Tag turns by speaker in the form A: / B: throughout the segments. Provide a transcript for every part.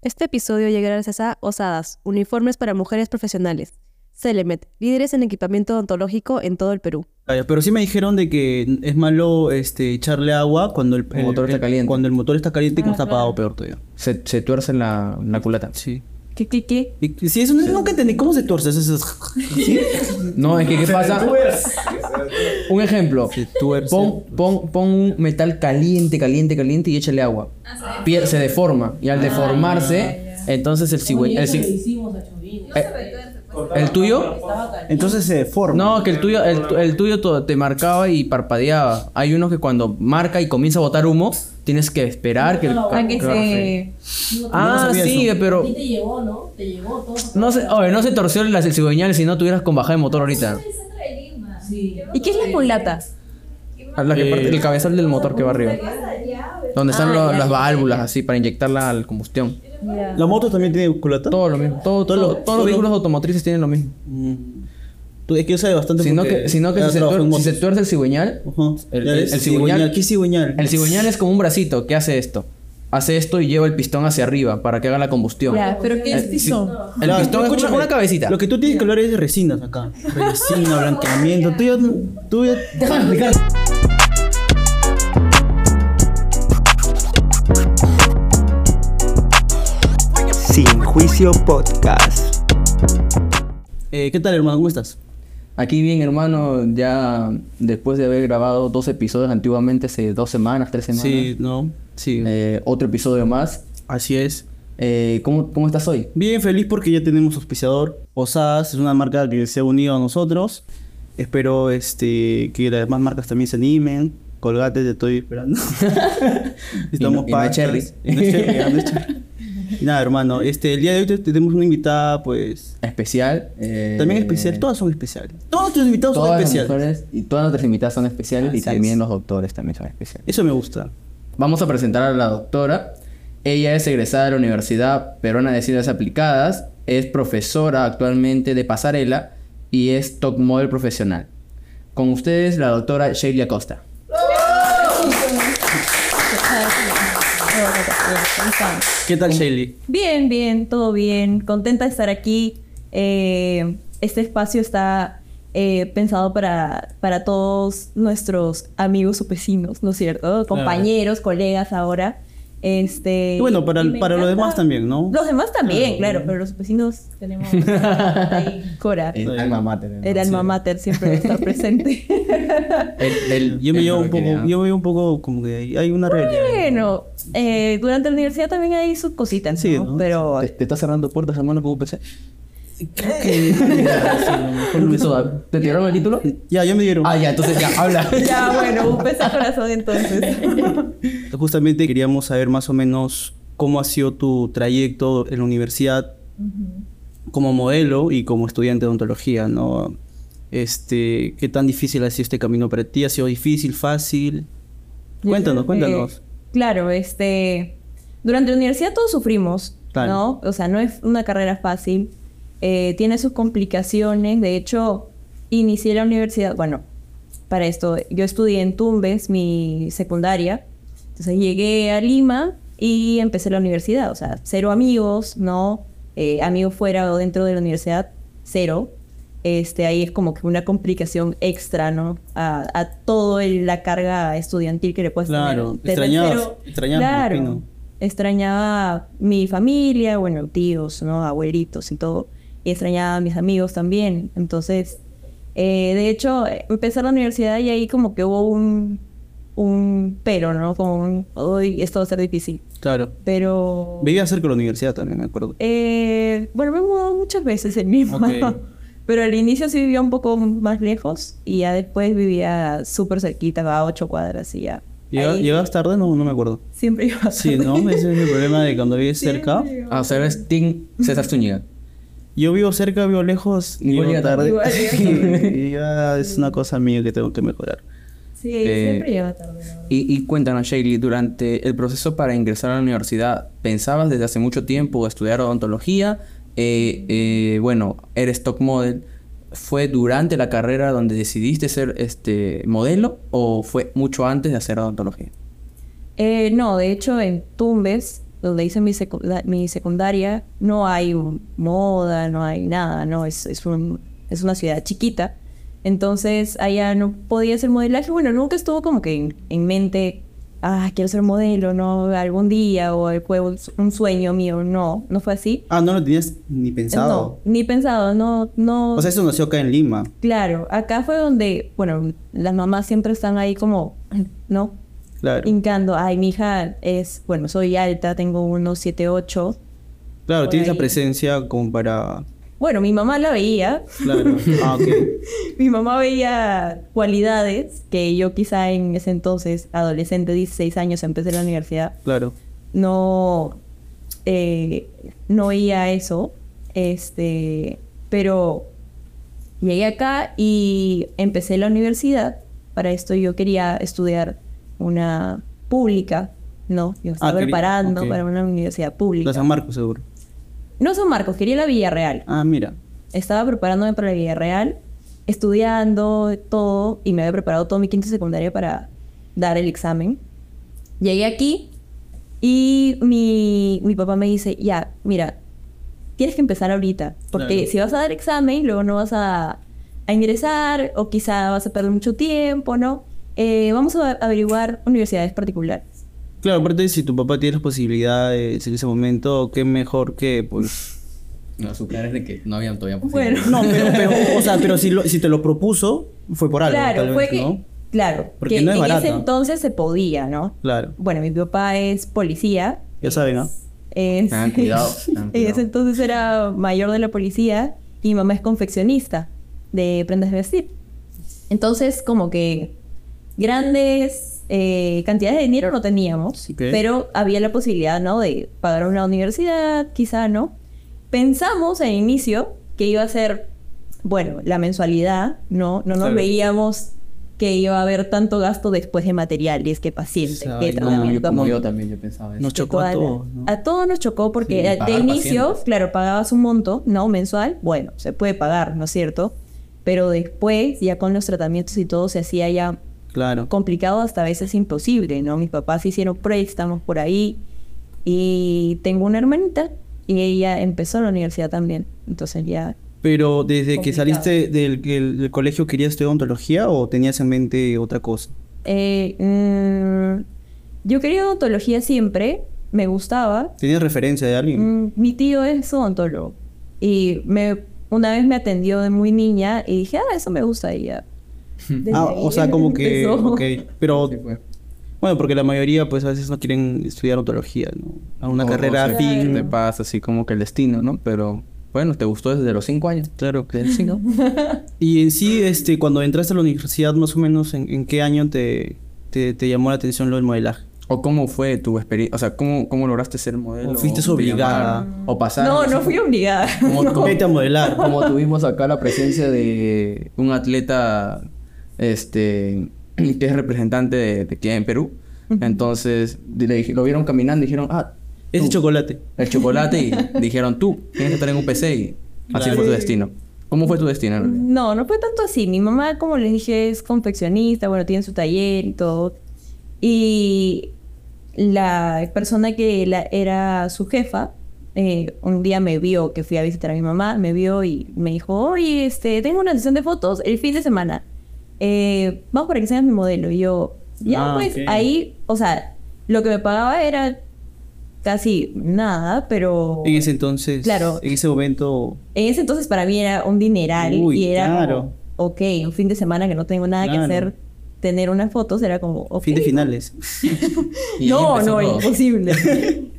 A: Este episodio llega gracias a Osadas, uniformes para mujeres profesionales. Celemet, líderes en equipamiento odontológico en todo el Perú.
B: Ay, Pero sí me dijeron de que es malo este, echarle agua cuando el, el-
C: motor está
B: el-
C: caliente.
B: Cuando el motor está caliente y como
D: Ah,
B: está
D: claro.
B: apagado, peor todavía.
C: Se, se tuerce en la, en la culata.
B: Sí.
D: ¿Qué, qué, qué?
B: Y, y sí, eso no- nunca entendí. ¿Cómo se tuerce? Eso es-
C: No, es que ¿qué pasa? Un ejemplo.
B: Se tuerce.
C: Pon, pon, pon un metal caliente, caliente, caliente y échale agua. Pier- se deforma. Y al deformarse, entonces el cigüe... El, ci- eh, ¿el tuyo?
B: Entonces se deforma.
C: No, que el tuyo, el, tu- el tuyo to- te marcaba y parpadeaba. Hay unos que cuando marca y comienza a botar humo, tienes que esperar que el ca-
D: Ah, que se...
B: No
C: Ah,
B: sabía
C: sí,
B: eso.
C: pero
E: te llegó, ¿no? Te llegó todo.
C: no se, oye, no se torció la cigüeñal si no tuvieras con bajada de motor ahorita.
E: El centro de Lima.
D: ¿Y qué es la mulata?
C: La que
B: Eh,
C: parte- el cabezal del motor que va arriba. Donde están
D: Ah,
C: lo-
D: ya,
C: las
D: ya, ya,
C: válvulas así para inyectarla al combustión.
B: ¿La moto también tiene culata?
C: Todo lo mismo.
B: Todo
C: Todo, todo-
B: lo-
C: todos
B: todo lo-
C: los vehículos automotrices tienen lo mismo.
B: Mm. Tú, es que yo sé bastante
C: Sino
B: porque
C: que, sino que
B: ya
C: si, se
B: trabajo en
C: tuer- si se
B: motos.
C: tuerce el cigüeñal,
B: Ajá.
C: el-
B: Ya
C: el-
B: ves,
C: el cigüeñal-
B: ¿Qué es cigüeñal?
C: el cigüeñal es como un bracito que hace esto. Hace esto y lleva el pistón hacia arriba para que haga la combustión.
D: Ya, pero ¿qué es
C: Eh,
D: piso?
C: El
B: Claro,
C: pistón es una-
B: escúchame,
C: una cabecita.
B: Lo que tú tienes que hablar es de resinas acá. Resina, blanqueamiento. Tú ya. Tú ya.
F: Sin Juicio Podcast.
B: Eh, ¿Qué tal, hermano? ¿Cómo estás?
C: Aquí bien, hermano, ya después de haber grabado dos episodios antiguamente hace dos semanas, tres semanas.
B: Sí, no. Sí.
C: eh, otro episodio más.
B: Así es.
C: Eh, ¿cómo, ¿Cómo estás hoy?
B: Bien feliz porque ya tenemos auspiciador. Osadas es una marca que se ha unido a nosotros. Espero este, que las demás marcas también se animen. Colgate, te estoy esperando.
C: Y no- y no hay
B: parchas.
C: cherries.
B: Y no hay cherry, ah, no hay cherry. Y nada, hermano. Este, el día de hoy te- tenemos una invitada, pues.
C: Especial. eh,
B: También especial. Todas son especiales. Todos nuestros invitados
C: todas
B: son
C: las
B: especiales.
C: mujeres y todas nuestras invitadas son especiales y
B: Así
C: también
B: es.
C: los doctores también son especiales.
B: Eso me gusta.
C: Vamos a presentar a la doctora. Ella es egresada de la Universidad Peruana de Ciencias Aplicadas, es profesora actualmente de pasarela y es top model profesional. Con ustedes la doctora Sheila Costa.
B: ¿Qué tal, Shelly?
D: Bien, bien, todo bien. Contenta de estar aquí. Eh, este espacio está eh, pensado para, para todos nuestros amigos o vecinos, ¿no es cierto? Compañeros, colegas ahora. Este,
B: Y bueno, para-
D: me
B: para los
D: encanta-
B: demás también, ¿no?
D: Los demás también, claro, pero los vecinos tenemos ahí Cora.
C: El alma mater. ¿no?
D: El alma mater siempre va a estar presente.
C: El- el-
B: Yo me
C: el
B: llevo un poco,
C: marroquí, ¿no?
B: yo me llevo un poco como que hay, hay una realidad.
D: bueno, eh, durante la universidad también hay sus cositas,
B: Sí,
D: ¿no?
B: ¿no?
D: Pero
C: Te, te está cerrando puertas, hermano, con UPC.
B: Creo
D: Eh.
B: que-
C: Creo que eso- ¿Te tiraron el título?
B: ya, yo me dieron.
C: Ah, ya, entonces ya, habla.
D: ya, bueno, un beso al corazón entonces.
B: Justamente queríamos saber más o menos cómo ha sido tu trayecto en la universidad como modelo y como estudiante de odontología, ¿no? Este, ¿qué tan difícil ha sido este camino para ti? ¿Ha sido difícil, fácil?
D: Yo
B: Cuéntanos,
D: creo que-
B: cuéntanos.
D: eh, claro, este. Durante la universidad todos sufrimos,
B: Claro.
D: ¿no? O sea, no es una carrera fácil. eh, tiene sus complicaciones. De hecho, inicié la universidad. Bueno, para esto, yo estudié en Tumbes, mi secundaria. Entonces llegué a Lima y empecé la universidad. O sea, cero amigos, ¿no? Eh, amigos fuera o dentro de la universidad, cero. Este, ahí es como que una complicación extra, ¿no? A, a toda la carga estudiantil que le puedes
B: Claro,
D: tener. Desde
B: extrañabas-
D: cero.
B: extrañabas, me
D: Claro.
B: imagino.
D: Extrañaba mi familia, bueno, tíos, ¿no? Abuelitos y todo. Y extrañaba a mis amigos también. Entonces, eh, de hecho, eh, empecé la universidad y ahí como que hubo un, un pero, ¿no? Como un, hoy esto va a ser difícil.
B: Claro.
D: Pero...
B: Vivía cerca de la universidad también, me acuerdo.
D: Eh, bueno, me he mudado muchas veces el mismo.
B: Ok.
D: Pero al inicio sí vivía un poco más lejos y ya después vivía súper cerquita, a ocho cuadras y ya.
B: Llega-
D: Ahí
B: ¿Llegabas tarde? No, no me acuerdo.
D: Siempre iba
B: Sí,
D: tarde.
B: ¿no? Ese es el problema de cuando vives cerca.
C: Ah, o sea, eres Team César Zúñiga.
B: Yo vivo cerca, vivo lejos, y
C: Igual
B: vivo
C: llega
B: tarde.
C: tarde.
D: Igual
B: Y ya es una cosa mía que tengo que mejorar.
D: Sí,
C: Eh,
D: siempre llegaba tarde. la verdad.
C: Y, y cuéntanos, Shaylee, durante el proceso para ingresar a la universidad, ¿pensabas desde hace mucho tiempo estudiar odontología? Eh, eh, bueno, eres top model. ¿Fue durante la carrera donde decidiste ser este modelo o fue mucho antes de hacer odontología?
D: Eh, no, de hecho en Tumbes donde hice mi, secunda- mi secundaria, no hay un- moda, no hay nada, ¿no? Es, es, un- es una ciudad chiquita. Entonces, allá no podía ser modelaje. Bueno, nunca estuvo como que en, en mente, ah, quiero ser modelo, ¿no? Algún día, o fue un un sueño mío. No, no fue así.
B: Ah, no lo tenías ni pensado.
D: No, ni pensado, no, no.
B: O sea, eso nació acá en Lima.
D: Claro, acá fue donde, bueno, las mamás siempre están ahí como, ¿no?
B: Claro.
D: Hincando, ay, mi hija es, bueno, soy alta, tengo unos 7, 8.
B: Claro,
D: por
B: tienes la
D: ahí.
B: presencia como para.
D: Bueno, mi mamá la veía,
B: Claro. Ah, ok.
D: mi mamá veía cualidades que yo quizá en ese entonces, adolescente, 16 años, empecé la universidad,
B: Claro.
D: no, eh, no oía eso, este, pero llegué acá y empecé la universidad. Para esto yo quería estudiar una pública, ¿no? Yo estaba
B: Ah, quería-
D: preparando
B: ok.
D: para una universidad pública.
B: La San Marcos, seguro.
D: No San Marcos, quería la Villarreal.
B: Ah, mira.
D: Estaba preparándome para la Villarreal, estudiando todo, y me había preparado todo mi quinto secundaria para dar el examen. Llegué aquí y mi, mi papá me dice, ya, mira, tienes que empezar ahorita, porque
B: Claro.
D: si vas a dar examen, luego no vas a, a ingresar o quizá vas a perder mucho tiempo, ¿no? Eh, vamos a averiguar universidades particulares.
B: Claro, aparte, si tu papá tiene las posibilidades en ese momento, qué mejor que. Pues,
C: No, su plan es de que no habían todavía
D: Bueno.
C: posibilidades.
B: no, pero, pero, o sea, pero si, lo- si te lo propuso, fue por algo.
D: claro,
B: tal
D: fue
B: vez,
D: que...
B: ¿no?
D: Claro,
B: Porque
D: que
B: no es
D: en
B: barato.
D: ese entonces se podía, ¿no?
B: Claro.
D: Bueno, mi papá es policía.
B: Ya saben, ¿ah?
D: Es-
C: Tengan cuidado, tengan
D: Eh, en
C: cuidado.
D: ese entonces era mayor de la policía y mi mamá es confeccionista de prendas de vestir. Entonces, como que grandes eh, cantidades de dinero no teníamos,
B: Ok.
D: pero había la posibilidad, ¿no? De pagar una universidad, quizá, ¿no? Pensamos al inicio que iba a ser, bueno, la mensualidad, ¿no? No nos
B: Claro.
D: veíamos que iba a haber tanto gasto después de materiales, que paciente,
B: Esa
D: que
B: vaina,
C: Como yo,
D: tratamiento,
C: como
D: amor.
C: yo también, yo pensaba eso.
B: Nos chocó a
D: Toda la-
B: todos, ¿no?
D: Este A todos nos chocó
C: Sí,
D: porque de
C: pagar
D: inicio,
C: pacientes.
D: claro, pagabas un monto, ¿no? Mensual, bueno, se puede pagar, ¿no es cierto? Pero después, ya con los tratamientos y todo, se hacía ya
B: Claro.
D: complicado, hasta a veces imposible, ¿no? Mis papás hicieron préstamos por ahí y tengo una hermanita y ella empezó la universidad también, entonces ya...
B: Pero desde que
D: Complicado.
B: saliste del, del- del colegio, ¿querías estudiar odontología o tenías en mente otra cosa?
D: eh, mm, yo quería odontología siempre, me gustaba,
B: ¿Tenías referencia de alguien?
D: Mm, mi tío es odontólogo. Y me, una vez me atendió de muy niña y dije, ah, eso me gusta y ya. Desde
B: ah,
D: ahí
B: o sea, como que.
D: empezó.
B: ok. Pero,
C: Sí fue.
B: bueno, porque la mayoría, pues a veces no quieren estudiar odontología, ¿no? A una
C: O- o
B: carrera
C: sea,
B: afín.
C: Te pasa así como que el destino, ¿no? Pero bueno, te gustó desde los cinco años.
B: Claro.
C: Desde cinco.
B: Y en sí, este, cuando entraste a la universidad, más o menos, ¿en, en qué año te, te, te llamó la atención lo del modelaje?
C: ¿O cómo fue tu experiencia? O sea, ¿cómo, cómo lograste ser modelo?
B: ¿O fuiste
C: te
B: obligada?
C: llamaron? ¿O pasar?
D: No, no fui obligada.
C: Como, como-
B: Vete a modelar.
C: como tuvimos acá la presencia de un atleta este que es representante de, de aquí en Perú. Entonces le dije- lo vieron caminando y dijeron, ah,
B: Ese
C: tú,
D: Uh.
B: chocolate.
C: el chocolate. Y dijeron, tú, tienes que estar en un PC. Y así
B: Claro.
C: fue tu destino. ¿Cómo fue tu destino? en realidad?
D: No, no fue tanto así. Mi mamá, como les dije, es confeccionista, bueno, tiene su taller y todo. Y la persona que la- era su jefa, eh, un día me vio, que fui a visitar a mi mamá, me vio y me dijo, oye, este, tengo una sesión de fotos el fin de semana. Eh, vamos para que seas mi modelo. Y yo, ya,
B: Ah,
D: pues
B: ok.
D: ahí, o sea, lo que me pagaba era casi nada, pero...
B: En ese entonces,
D: Claro.
B: en ese momento,
D: En ese entonces para mí era un dineral
B: Uy,
D: y era
B: claro.
D: como, ok, un fin de semana que no tengo nada
B: Claro.
D: que hacer, tener unas fotos era como, ok.
B: fin de finales.
C: Y ahí
D: No,
C: empezó
D: no,
C: todo.
D: imposible.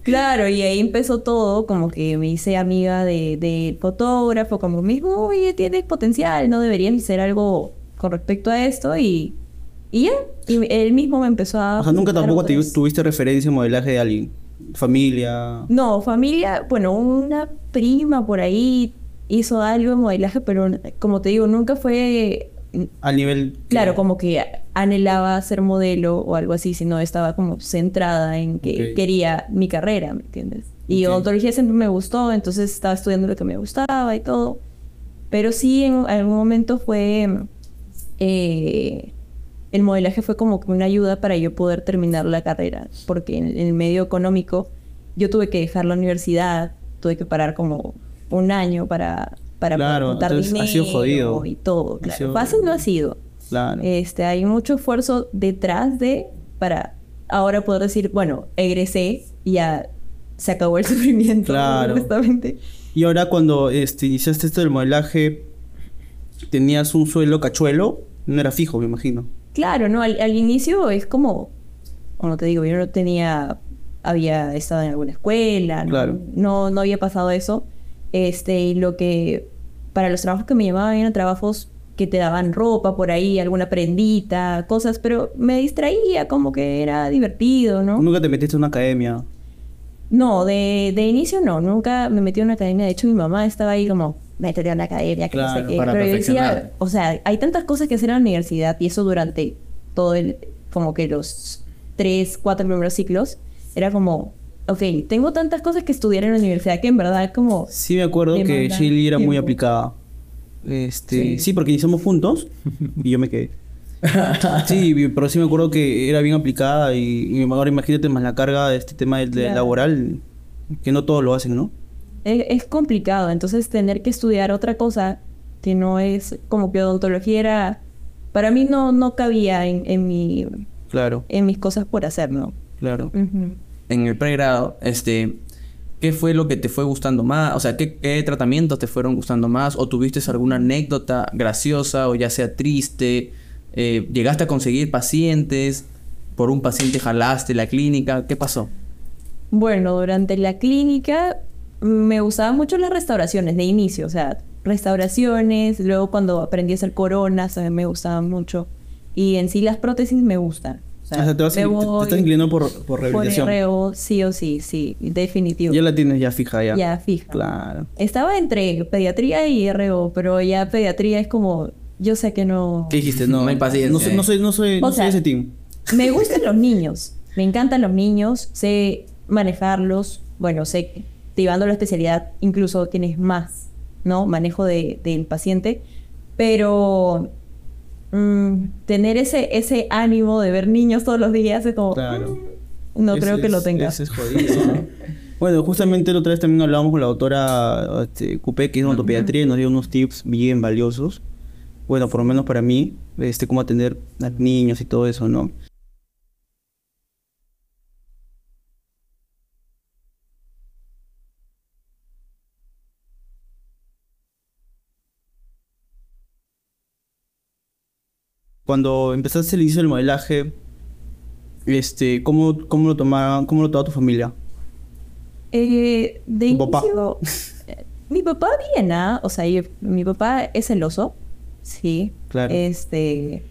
D: claro, y ahí empezó todo, como que me hice amiga de, de fotógrafo, como me dijo, oye, tienes potencial, no deberías hacer algo con respecto a esto y, y ya. Y él mismo me empezó a...
B: O sea, nunca
D: presentar
B: tampoco te-
D: otras-
B: tuviste referencia en modelaje de alguien. Familia.
D: No, familia, bueno, una prima por ahí hizo algo de modelaje, pero como te digo, nunca fue,
B: Al nivel.
D: claro, como que anhelaba ser modelo o algo así, sino estaba como centrada en que
B: Ok.
D: quería mi carrera, ¿me entiendes? Y
B: Ok.
D: odontología siempre me gustó, entonces estaba estudiando lo que me gustaba y todo. Pero sí, en algún momento fue, eh, el modelaje fue como que una ayuda para yo poder terminar la carrera, porque en en el medio económico yo tuve que dejar la universidad, tuve que parar como un año para, para
B: Claro,
D: juntar
B: entonces ha sido jodido.
D: y todo.
B: Ha
D: claro.
B: sido-
D: Fácil no ha sido.
B: Claro.
D: Este, hay mucho esfuerzo detrás de para ahora poder decir, bueno, egresé y ya se acabó el sufrimiento.
B: Claro.
D: honestamente.
B: Y ahora cuando este, iniciaste esto del modelaje, tenías un suelo cachuelo, no era fijo, me imagino.
D: Claro, no, al, al inicio es como, bueno, te digo, yo no tenía, había estado en alguna escuela, no,
B: Claro.
D: no, no había pasado eso. Este, y lo que, para los trabajos que me llamaban eran trabajos que te daban ropa por ahí, alguna prendita, cosas, pero me distraía, como que era divertido, ¿no?
B: Nunca te metiste en una academia.
D: No, de, de inicio no, nunca me metí en una academia. De hecho, mi mamá estaba ahí como, métete en una academia, que no
B: Claro,
D: sé qué.
C: para
D: Pero yo decía,
C: perfeccionar.
D: o sea, hay tantas cosas que hacer en la universidad y eso durante todo el, como que los tres, cuatro primeros ciclos, era como, ok, tengo tantas cosas que estudiar en la universidad que en verdad como,
B: Sí me acuerdo
D: Te
B: que
D: mandan
B: Shelly era muy
D: tiempo.
B: aplicada. Este, sí.
D: Sí.
B: porque iniciamos juntos y yo me quedé. Sí, vi- pero sí me acuerdo que era bien aplicada y, y ahora imagínate más la carga de este tema del- del
D: Claro.
B: laboral, que no todos lo hacen, ¿no?
D: es, e, es complicado. Entonces, tener que estudiar otra cosa que no es como que odontología era, para mí no, no cabía en, en, mi,
B: Claro,
D: en mis cosas por hacer, ¿no?
B: claro.
D: Ujú.
C: en el pregrado, este, ¿qué fue lo que te fue gustando más? O sea, ¿qué, qué tratamientos te fueron gustando más? ¿O tuviste alguna anécdota graciosa o ya sea triste? Eh, ¿Llegaste a conseguir pacientes? ¿Por un paciente jalaste la clínica? ¿Qué pasó?
D: Bueno, durante la clínica mm, me gustaban mucho las restauraciones de inicio, o sea, restauraciones, luego cuando aprendí a hacer coronas también me gustaban mucho y en sí las prótesis me gustan. O sea,
B: O sea, te, vas
D: me
B: in- te- te
D: voy
B: estás inclinando por, por rehabilitación.
D: RO, sí o sí, sí, definitivo.
B: ya la tienes ya fija ya.
D: Ya, fija.
B: Claro.
D: Estaba entre pediatría y RO, pero ya pediatría es como, yo sé que no...
B: ¿Qué dijiste? No,
C: No hay paciencia
B: No, soy-
C: ahí.
B: no soy, no soy,
D: O
B: no soy
D: sea,
B: ese team.
D: Me gustan los niños, me encantan los niños, sé manejarlos, bueno, sé que llevando la especialidad, incluso tienes más, ¿no? Manejo de- del paciente, pero mm, tener ese, ese ánimo de ver niños todos los días es como...
B: Claro.
D: mm, no
B: Ese
D: creo que
B: es-
D: lo tengas.
B: ese es jodido, ¿no? bueno, justamente la otra vez también hablábamos con la doctora este, Coupé, que es odontopediatría, y nos dio unos tips bien valiosos. Bueno, por lo menos para mí, este, cómo atender a niños y todo eso, ¿no? Cuando empezaste el inicio del modelaje, este, ¿cómo, cómo lo tomaban, cómo lo tomaba tu familia?
D: Eh, de
B: Tu papá.
D: inicio, eh, mi papá bien, ¿ah? O sea, yo- mi papá es celoso, sí.
B: Claro.
D: Este,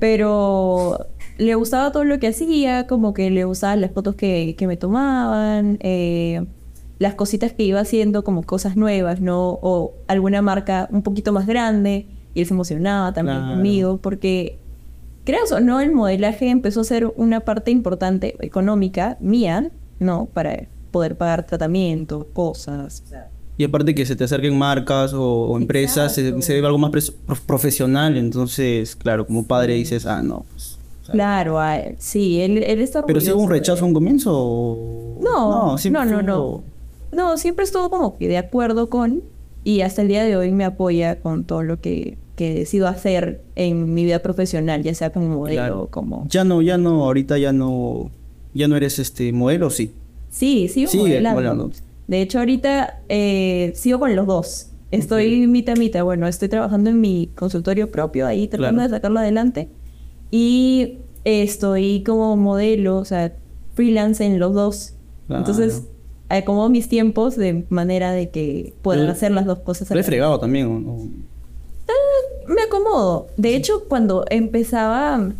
D: pero le gustaba todo lo que hacía, como que le gustaban las fotos que, que me tomaban, eh, las cositas que iba haciendo como cosas nuevas, ¿no? O alguna marca un poquito más grande, y él se emocionaba también
B: Claro.
D: conmigo, porque Creas o no, el modelaje empezó a ser una parte importante económica mía, ¿no? Para poder pagar tratamientos, cosas. o sea,
B: Y aparte que se te acerquen marcas o, o empresas, se,
D: Exacto.
B: se ve algo más pres- prof- profesional, entonces, claro, como padre dices, ah, no. pues, o sea,
D: Claro, a- sí, él, él está
B: Pero si hubo un
D: orgulloso de-
B: rechazo a un comienzo o...
D: pues, eh, No, no,
B: siempre
D: no, no,
B: fue-
D: no. siempre estuvo como que de acuerdo con y hasta el día de hoy me apoya con todo lo que, que decido hacer en mi vida profesional, ya sea como modelo
B: Claro.
D: como...
B: Ya no, ya no, ahorita ya no, ya no eres este modelo, sí.
D: Sí, sigo
B: Sigue
D: modelando.
B: modelando.
D: De hecho, ahorita eh, sigo con los dos. Estoy mitad mitad. Bueno, estoy trabajando en mi consultorio propio ahí, tratando
B: Claro.
D: de sacarlo adelante. Y eh, estoy como modelo, o sea, freelance en los dos.
B: Claro.
D: Entonces, acomodo mis tiempos de manera de que puedan
B: Pero-
D: hacer las dos cosas. a
B: Lo he
D: la vez.
B: fregado también. ¿o no?
D: Me acomodo. De hecho, cuando empezaba,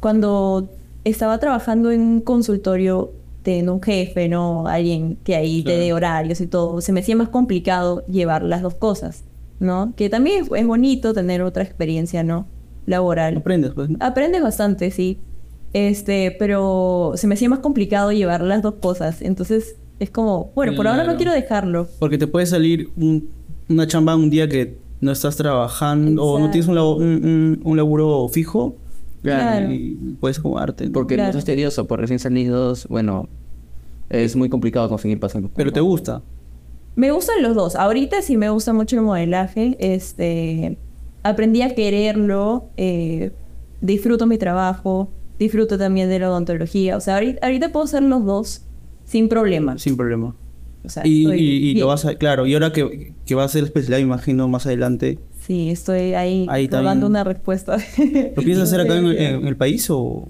D: cuando estaba trabajando en un consultorio, teniendo un jefe, ¿no? Alguien que ahí te dé
B: Claro.
D: horarios y todo, se me hacía más complicado llevar las dos cosas, ¿no? Que también es, es bonito tener otra experiencia, ¿no? Laboral.
B: Aprendes, pues. ¿no?
D: Aprendes bastante, sí. Este, pero se me hacía más complicado llevar las dos cosas. Entonces, es como, bueno, por ahora no
B: Claro.
D: quiero dejarlo.
B: Porque te puede salir un- una chamba un día que no estás trabajando o no
D: Exacto.
B: tienes un, labo- un- un- un laburo fijo
D: Claro.
B: y puedes acomodarte. ¿no?
C: Porque no
D: Claro.
C: es tedioso, por recién salidos, bueno, Es muy complicado conseguir pasar.
B: Pero te gusta.
D: Me gustan los dos. Ahorita sí me gusta mucho el modelaje. Este, aprendí a quererlo. eh, disfruto mi trabajo. Disfruto también de la odontología. O sea, ahorita, ahorita puedo hacer los dos sin problema.
B: Sin problema.
D: O sea,
B: y
D: estoy
B: y- y lo
D: bien.
B: vas a, claro, y ahora que, que va a ser especialidad, me imagino, más adelante,
D: Sí, estoy ahí,
B: Ahí
D: dando
B: también.
D: una respuesta.
B: ¿lo piensas hacer acá en, en el país o...?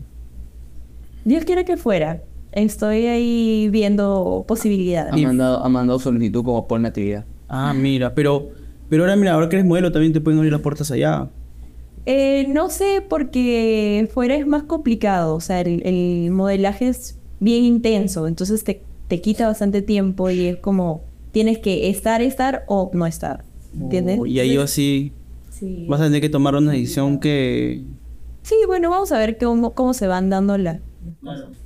D: Dios quiera que fuera. Estoy ahí viendo posibilidades.
C: Ha mandado, ha mandado solicitud como por natividad.
B: Ah, mira, pero, pero ahora mira, ahora que eres modelo también te pueden abrir las puertas allá.
D: Eh, no sé, porque fuera es más complicado, o sea, el, el modelaje es bien intenso, entonces te, te quita bastante tiempo y es como tienes que estar, estar o no estar, ¿entiendes?
B: Oh, y ahí así
D: Sí.
B: vas a tener que tomar una decisión que...
D: Sí, bueno, vamos a ver cómo, cómo se van dando las...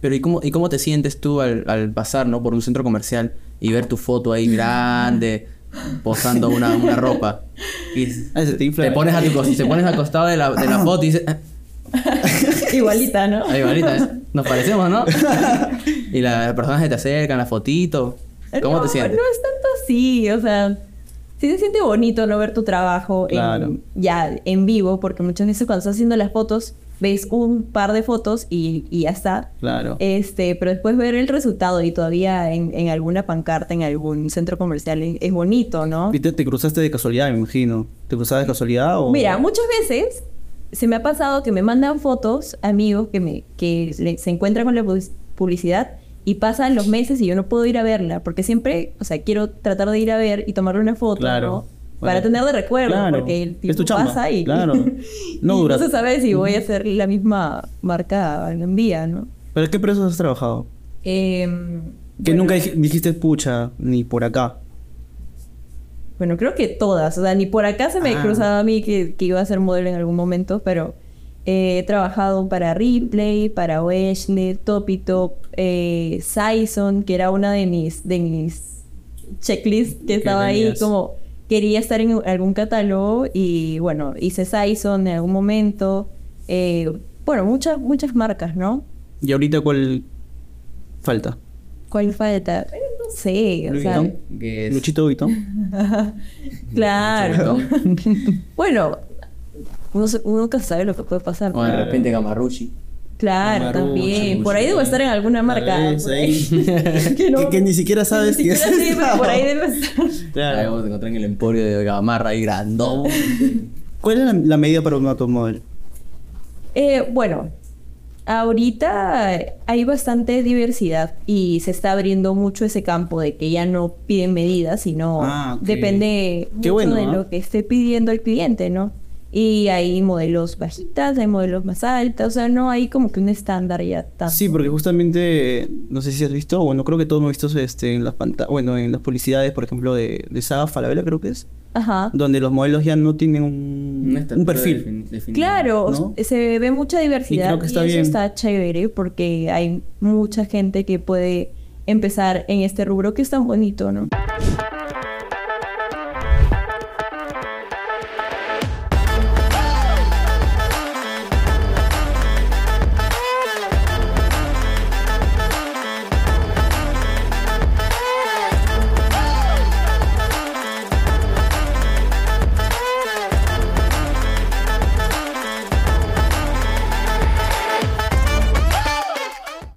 C: Pero ¿y cómo, ¿y cómo te sientes tú al, al pasar, ¿no? Por un centro comercial y ver tu foto ahí grande, posando una, una ropa. Y
B: Ah, se te infla.
C: te pones, a tu cos- te pones al costado de la, de la foto y dices... "Ah,
D: Igualita, ¿no?
C: Ahí, Marita, ¿eh? nos parecemos, ¿no? y las personas se te acercan, la fotito. ¿eh? ¿Cómo
D: No,
C: te sientes?
D: No es tanto así, o sea, sí se siente bonito no ver tu trabajo en-
B: Claro.
D: ya en vivo, porque muchas veces cuando estás haciendo las fotos, ves un par de fotos y, y ya está.
B: Claro.
D: Este, pero después ver el resultado y todavía en, en alguna pancarta, en algún centro comercial, es, es bonito, ¿no?
B: Y te, te cruzaste de casualidad, me imagino. ¿Te cruzaste de casualidad o...?
D: Mira, muchas veces se me ha pasado que me mandan fotos, amigos que, me, que le- se encuentran con la public- publicidad y pasan los meses y yo no puedo ir a verla, porque siempre, o sea, quiero tratar de ir a ver y tomarle una foto,
B: Claro.
D: ¿no?
B: Bueno,
D: Para tener de recuerdo,
B: claro.
D: porque el
B: Es
D: tiempo
B: tu chamba,
D: pasa y,
B: claro. No
D: y
B: dura.
D: no se sabe si voy a hacer la misma marca en vía, ¿no?
B: ¿Para qué presos has trabajado?
D: Em,
B: Que nunca dij- dijiste pucha, ni por acá.
D: Bueno, creo que todas. O sea, ni por acá se me
B: Ah.
D: cruzaba a mí que, que iba a ser modelo en algún momento, pero eh, he trabajado para Ripley, para Wesley, Topito, eh, Sison, que era una de mis, de mis checklists que
B: Que
D: estaba ahí
B: tenías.
D: como quería estar en algún catálogo y bueno, hice Sison en algún momento. Eh, bueno, muchas, muchas marcas, ¿no?
B: ¿Y ahorita cuál falta?
D: ¿Cuál falta? Eh, No sé, o
B: Louis
D: sea,
B: Vuitton.
C: Que es-
B: Luchito Vuitton.
D: claro.
C: Luchito.
D: Bueno, uno, se- uno nunca sabe lo que puede pasar.
C: O de repente Gamarruchi.
D: Claro,
B: Amarucho,
D: también. Por ahí debo estar en alguna
B: Tal
D: marca.
B: vez
D: por
B: ahí.
D: ahí. que no.
B: que, que ni siquiera sabes
D: Ni
B: quién
D: siquiera sé, pero
B: es.
D: por ahí debo estar.
C: Ahí
B: Claro.
C: vamos a encontrar en el emporio de Gamarra ahí grandón.
B: ¿Cuál es la, la medida para un automóvil?
D: Eh, bueno, ahorita hay bastante diversidad y se está abriendo mucho ese campo de que ya no piden medidas, sino
B: Ah, ok.
D: depende
B: Qué
D: mucho
B: bueno,
D: de
B: ¿ah?
D: lo que esté pidiendo el cliente, ¿no? Y hay modelos bajitas, hay modelos más altas, o sea, no hay como que un estándar ya tan.
B: Sí, porque justamente, eh, no sé si has visto, bueno, creo que todos hemos visto este, en las pantallas, bueno, en las publicidades, por ejemplo, de, de Saga Falabella, creo que es,
D: Ajá.
B: donde los modelos ya no tienen un, un perfil.
D: Claro,
B: ¿no?
D: se ve mucha diversidad y,
B: creo que está
D: eso
B: bien.
D: está chévere porque hay mucha gente que puede empezar en este rubro que es tan bonito, ¿no?
B: Mm,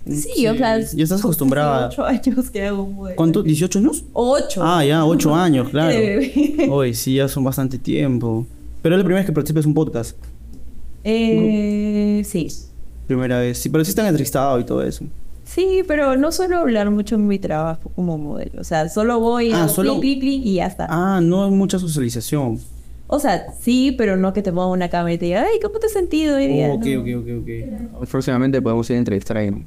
D: Sí, o sea,
B: Ya estás acostumbrada.
D: 8 años que hago modelo.
B: ¿Cuánto? ¿18 años?
D: 8.
B: Ah, ya, 8 años, claro. Oh.
D: De bebé.
B: Hoy sí, ya son bastante tiempo. Pero es la primera vez que participas en un podcast.
D: Eh, sí.
B: Primera vez. Sí, pero sí están entrevistados y todo eso.
D: Sí, pero no suelo hablar mucho en mi trabajo como modelo, o sea, solo voy
B: Ah,
D: hago
B: solo-
D: clic, clic, clic y ya está.
B: Ah, no hay mucha socialización.
D: O sea, sí, pero no que te ponga una cámara y te diga, "Ay, ¿cómo te has sentido hoy día?"
B: Oh, ok,
D: No.
B: ok, ok, ok.
C: Próximamente podemos ir a entrevistar ahí. ¿no?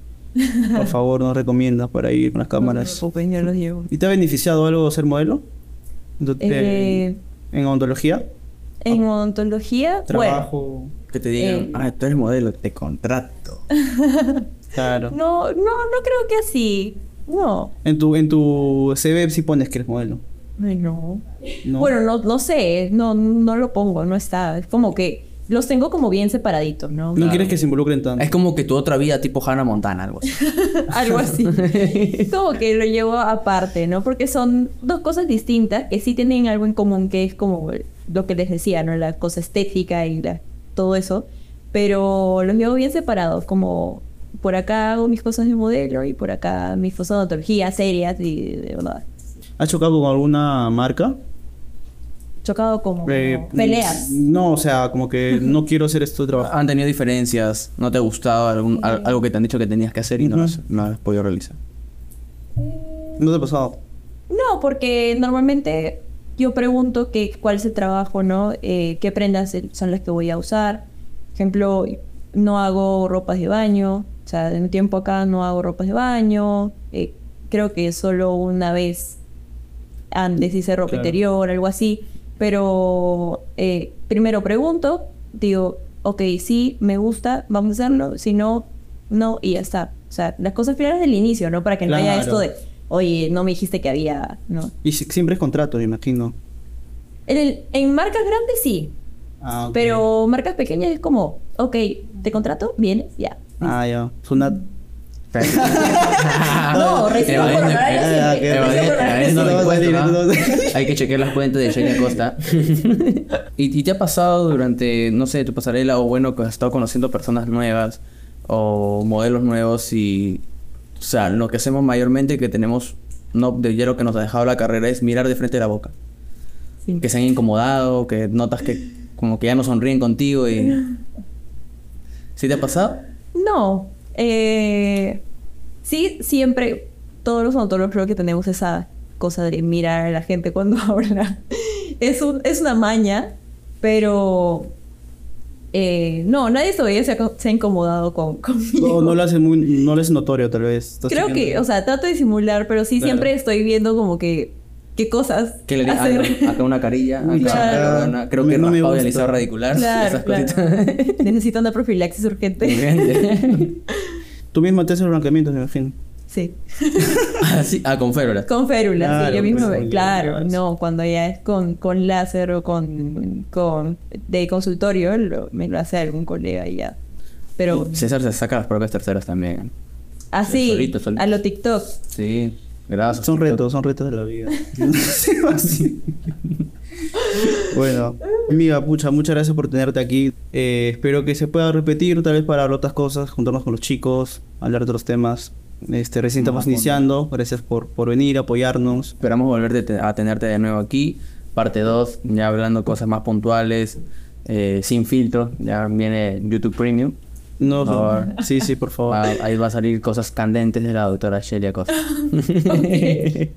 B: Por favor, nos recomiendas para ir con las cámaras.
D: No, pues, yo los llevo.
B: ¿Y te ha beneficiado algo ser modelo? Do-
D: Eh,
B: ¿En en odontología?
D: En odontología,
B: Ah.
D: bueno,
B: ¿Trabajo?
C: Que te digan,
D: Eh.
C: ah, tú eres modelo, te contrato.
B: Claro.
D: no, no, no creo que así. No,
B: En, tu, en tu CV sí pones que eres modelo.
D: Ay, no.
B: ¿no?
D: Bueno, no, no sé, no, no lo pongo, no está. Es como que los tengo como bien separaditos, ¿no?
B: No quieres que se involucren tanto.
C: Es como que tu otra vida tipo Hannah Montana, algo así.
D: Algo así. como que lo llevo aparte, ¿no? Porque son dos cosas distintas que sí tienen algo en común, que es como lo que les decía, ¿no? La cosa estética y la- todo eso. Pero los llevo bien separados, como por acá hago mis cosas de modelo y por acá mis cosas de odontología, serias y de verdad.
B: ¿Has chocado con alguna marca?
D: Chocado como
B: Eh,
D: peleas.
B: No, o sea, como que no quiero hacer esto de trabajo.
C: Han tenido diferencias, no te ha gustado algún- al- algo que te han dicho que tenías que hacer y no, lo has-
B: Ujú.
C: no lo has podido realizar.
B: ¿No te ha pasado?
D: No, porque normalmente yo pregunto que, cuál es el trabajo, ¿no? Eh, ¿Qué prendas son las que voy a usar? Por ejemplo, no hago ropas de baño. O sea, de un tiempo acá no hago ropas de baño. Eh, creo que solo una vez antes hice ropa
B: Claro.
D: interior, algo así. Pero eh, primero pregunto, digo, ok, sí, me gusta, vamos a hacerlo. Si no, no, y ya está. O sea, las cosas claras del inicio, ¿no? Para que no haya
B: Claro.
D: esto de, oye, no me dijiste que había, ¿no?
B: Y si- siempre es contrato, me imagino.
D: En, el- en marcas grandes sí,
B: Ah, ok.
D: pero marcas pequeñas es como, ok, te contrato, vienes, ya.
B: Ah, ya. Sunat.
D: No, recibo
C: Evadiendo-
D: por honorario
B: Ah,
D: siempre,
B: ok.
D: recibo por honorario
C: Evadiendo
B: No
D: siempre.
B: lo vas a
C: impuestos,
B: decir,
C: ¿no?
B: no lo vas a decir.
C: Hay que chequear las cuentas de Shania Costa. ¿Y, y te ha pasado durante, no sé, tu pasarela o bueno, que has estado conociendo personas nuevas o modelos nuevos y... O sea, lo que hacemos mayormente que tenemos, no, de ya lo que nos ha dejado la carrera es mirar de frente a la boca.
D: Sí.
C: Que se han incomodado, que notas que como que ya no sonríen contigo y... ¿Sí te ha pasado?
D: No, eh, sí, siempre, todos los odontólogos creo que tenemos esa cosa de mirar a la gente cuando habla. Es, un- es una maña, pero... eh, no, nadie todavía se ha, co- se ha incomodado con, conmigo.
B: No, no lo haces muy, no lo haces notorio tal vez. Estás
D: Creo que,
B: chequeando.
D: o sea, trato de simular, pero sí
B: Claro.
D: siempre estoy viendo como que qué cosas
C: Que le digan
D: hacer.
C: "Ah, acá una carilla, acá,
D: Claro.
C: acá una- creo que
B: No me
C: raspado y
B: gusta.
C: alisado radicular,
D: claro,
C: esas
D: claro.
C: cositas.
D: Necesito una profilaxis urgente.
C: Bien.
B: Tú mismo te haces los blanqueamientos, me imagino.
D: sí.
C: ah, sí, ah, con férulas.
D: Con férulas, sí,
B: Claro,
D: yo mismo,
B: pues,
D: claro,
B: sí.
D: no, cuando ya es con, con láser o con, con de consultorio, lo- me lo hace algún colega y ya. Pero
C: César se saca las propias terceras también.
D: así,
C: solito, solito.
D: a lo TikTok,
C: Sí, gracias.
B: Ah, Son retos, son retos de la vida. Sí, así. bueno, amiga, pucha, muchas gracias por tenerte aquí. Eh, espero que se pueda repetir, tal vez para hablar otras cosas, juntarnos con los chicos, hablar de otros temas. Este, recién
C: Más
B: estamos
C: fondo.
B: iniciando. Gracias por, por venir, apoyarnos.
C: Esperamos volverte te- a tenerte de nuevo aquí. Parte 2, ya hablando cosas más puntuales, eh, sin filtro. Ya viene YouTube Premium.
B: No,
C: Por favor.
B: sí, sí, por favor.
C: Ah, ahí va a salir cosas candentes de la doctora Shelia Costa.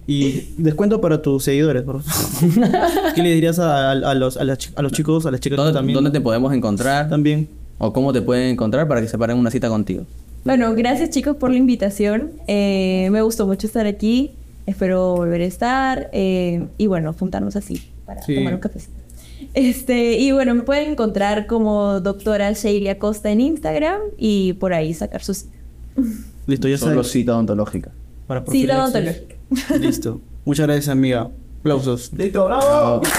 B: Y descuento para tus seguidores, por favor. ¿Qué le dirías a, a- a los, a, las chi- a los chicos, a las chicas
C: ¿Dónde,
B: también?
C: dónde te podemos encontrar?
B: También.
C: ¿O cómo te pueden encontrar para que se paren una cita contigo?
D: Bueno, gracias chicos por la invitación. Eh, me gustó mucho estar aquí. Espero volver a estar. eh, y bueno, juntarnos así para
B: Sí.
D: tomar un cafecito. Este, y bueno, me pueden encontrar como doctora Sheila Costa en Instagram y por ahí sacar sus
B: Listo, ya
C: Solo
B: sabes.
C: cita odontológica.
B: Para
D: citas
B: profilaxis.
D: odontológicas.
B: Listo. Muchas gracias, amiga. Aplausos.
F: Listo, bravo.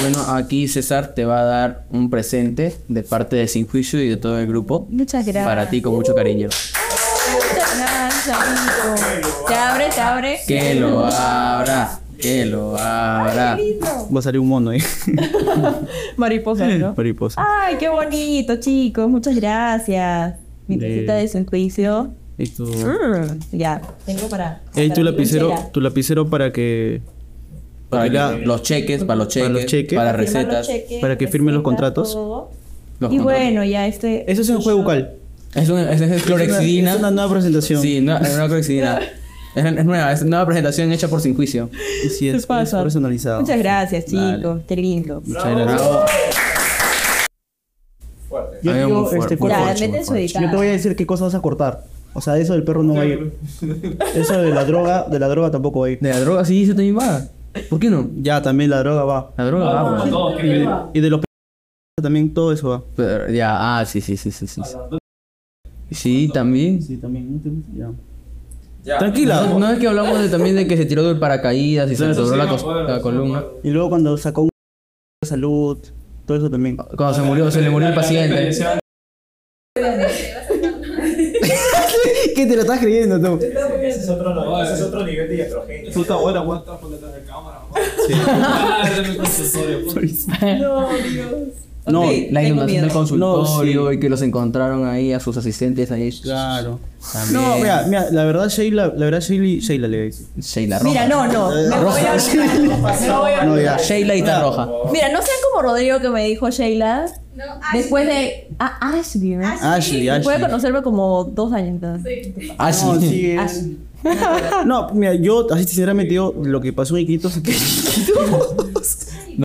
C: Bueno, aquí César te va a dar un presente de parte de Sin Juicio y de todo el grupo.
D: Muchas gracias.
C: Para ti con mucho cariño.
D: Muchas gracias, amigo. Se abre, se abre.
C: Que lo abra, que lo abra.
B: Va a salir un mono ahí.
D: Mariposa, ¿no?
B: Mariposa.
D: Ay, qué bonito, chicos. Muchas gracias. Mi
B: De-
D: visita de su juicio.
B: Y tu,
D: Mm, ya, tengo para.
B: Ey,
D: para
B: tu
D: mi
B: lapicero,
D: lonchera.
B: tu lapicero para que
C: Para
B: para que,
C: que- los cheques, para los cheques, para,
B: los cheques.
D: Firmar los
C: recetas.
D: cheques,
B: para que firme los contratos.
D: todo.
C: Los
D: y
C: contratos.
D: bueno, ya este.
B: Eso es un juego bucal.
C: Es una es, es clorexidina.
B: Es una nueva presentación.
C: Sí, no, es una clorexidina. Es, es nueva, es una nueva presentación hecha por Sin Juicio.
B: Sí, es,
D: se pasa.
B: es personalizado.
D: Muchas gracias,
C: Dale.
D: chicos. Qué lindo.
B: Muchas gracias. Yo,
C: Había
B: digo,
C: muy fuerte,
B: este,
C: muy
D: Ya,
B: Jorge,
C: fuerte.
D: meten su
B: yo te
D: editada.
B: voy a decir qué cosas vas a cortar. O sea, eso del perro no va a ir. Eso de la droga, de la droga tampoco va a ir.
C: De la droga sí, eso también va. ¿Por qué no?
B: Ya, también la droga va.
C: La droga va. pues.
B: Y de los p- también todo eso va.
C: Pero, ya, ah, sí, sí, sí, sí, sí. Sí, también.
B: Sí, también. Tranquila.
C: No, no es que hablamos de- también de que se tiró del paracaídas y se
B: Claro,
C: dobló
B: sí,
C: la, cos- la columna.
B: Y luego cuando sacó un salud, todo eso también.
C: Cuando se murió, se le murió el paciente.
B: ¿Qué te lo estás creyendo tú?
G: Ese es otro, no, ese es otro nivel de iatrogenia.
H: Puta, ahora aguanta por detrás de cámara.
B: No,
C: La
D: Tengo
C: inundación del
D: miedo.
C: consultorio
B: No, sí.
C: y que los encontraron ahí a sus asistentes ahí.
B: Claro.
C: También.
B: No, mira, mira, la verdad Sheila, la verdad Sheila, Sheila le dice.
C: Sheila Roja.
D: Mira, no, no. Me voy a
C: Roja.
B: No, ya.
C: Sheila y tan roja.
D: Mira, no sean como Rodrigo que me dijo Sheila.
E: No,
D: Después de. Ah, Ashby, ¿verdad?
B: Ashley, Ashley.
D: Puede conocerme como dos años. entonces.
E: Ashley.
C: Ah, sí.
B: No, sí, es-
D: Ashley.
B: No, mira, yo así sinceramente digo, lo que pasó en Iquitos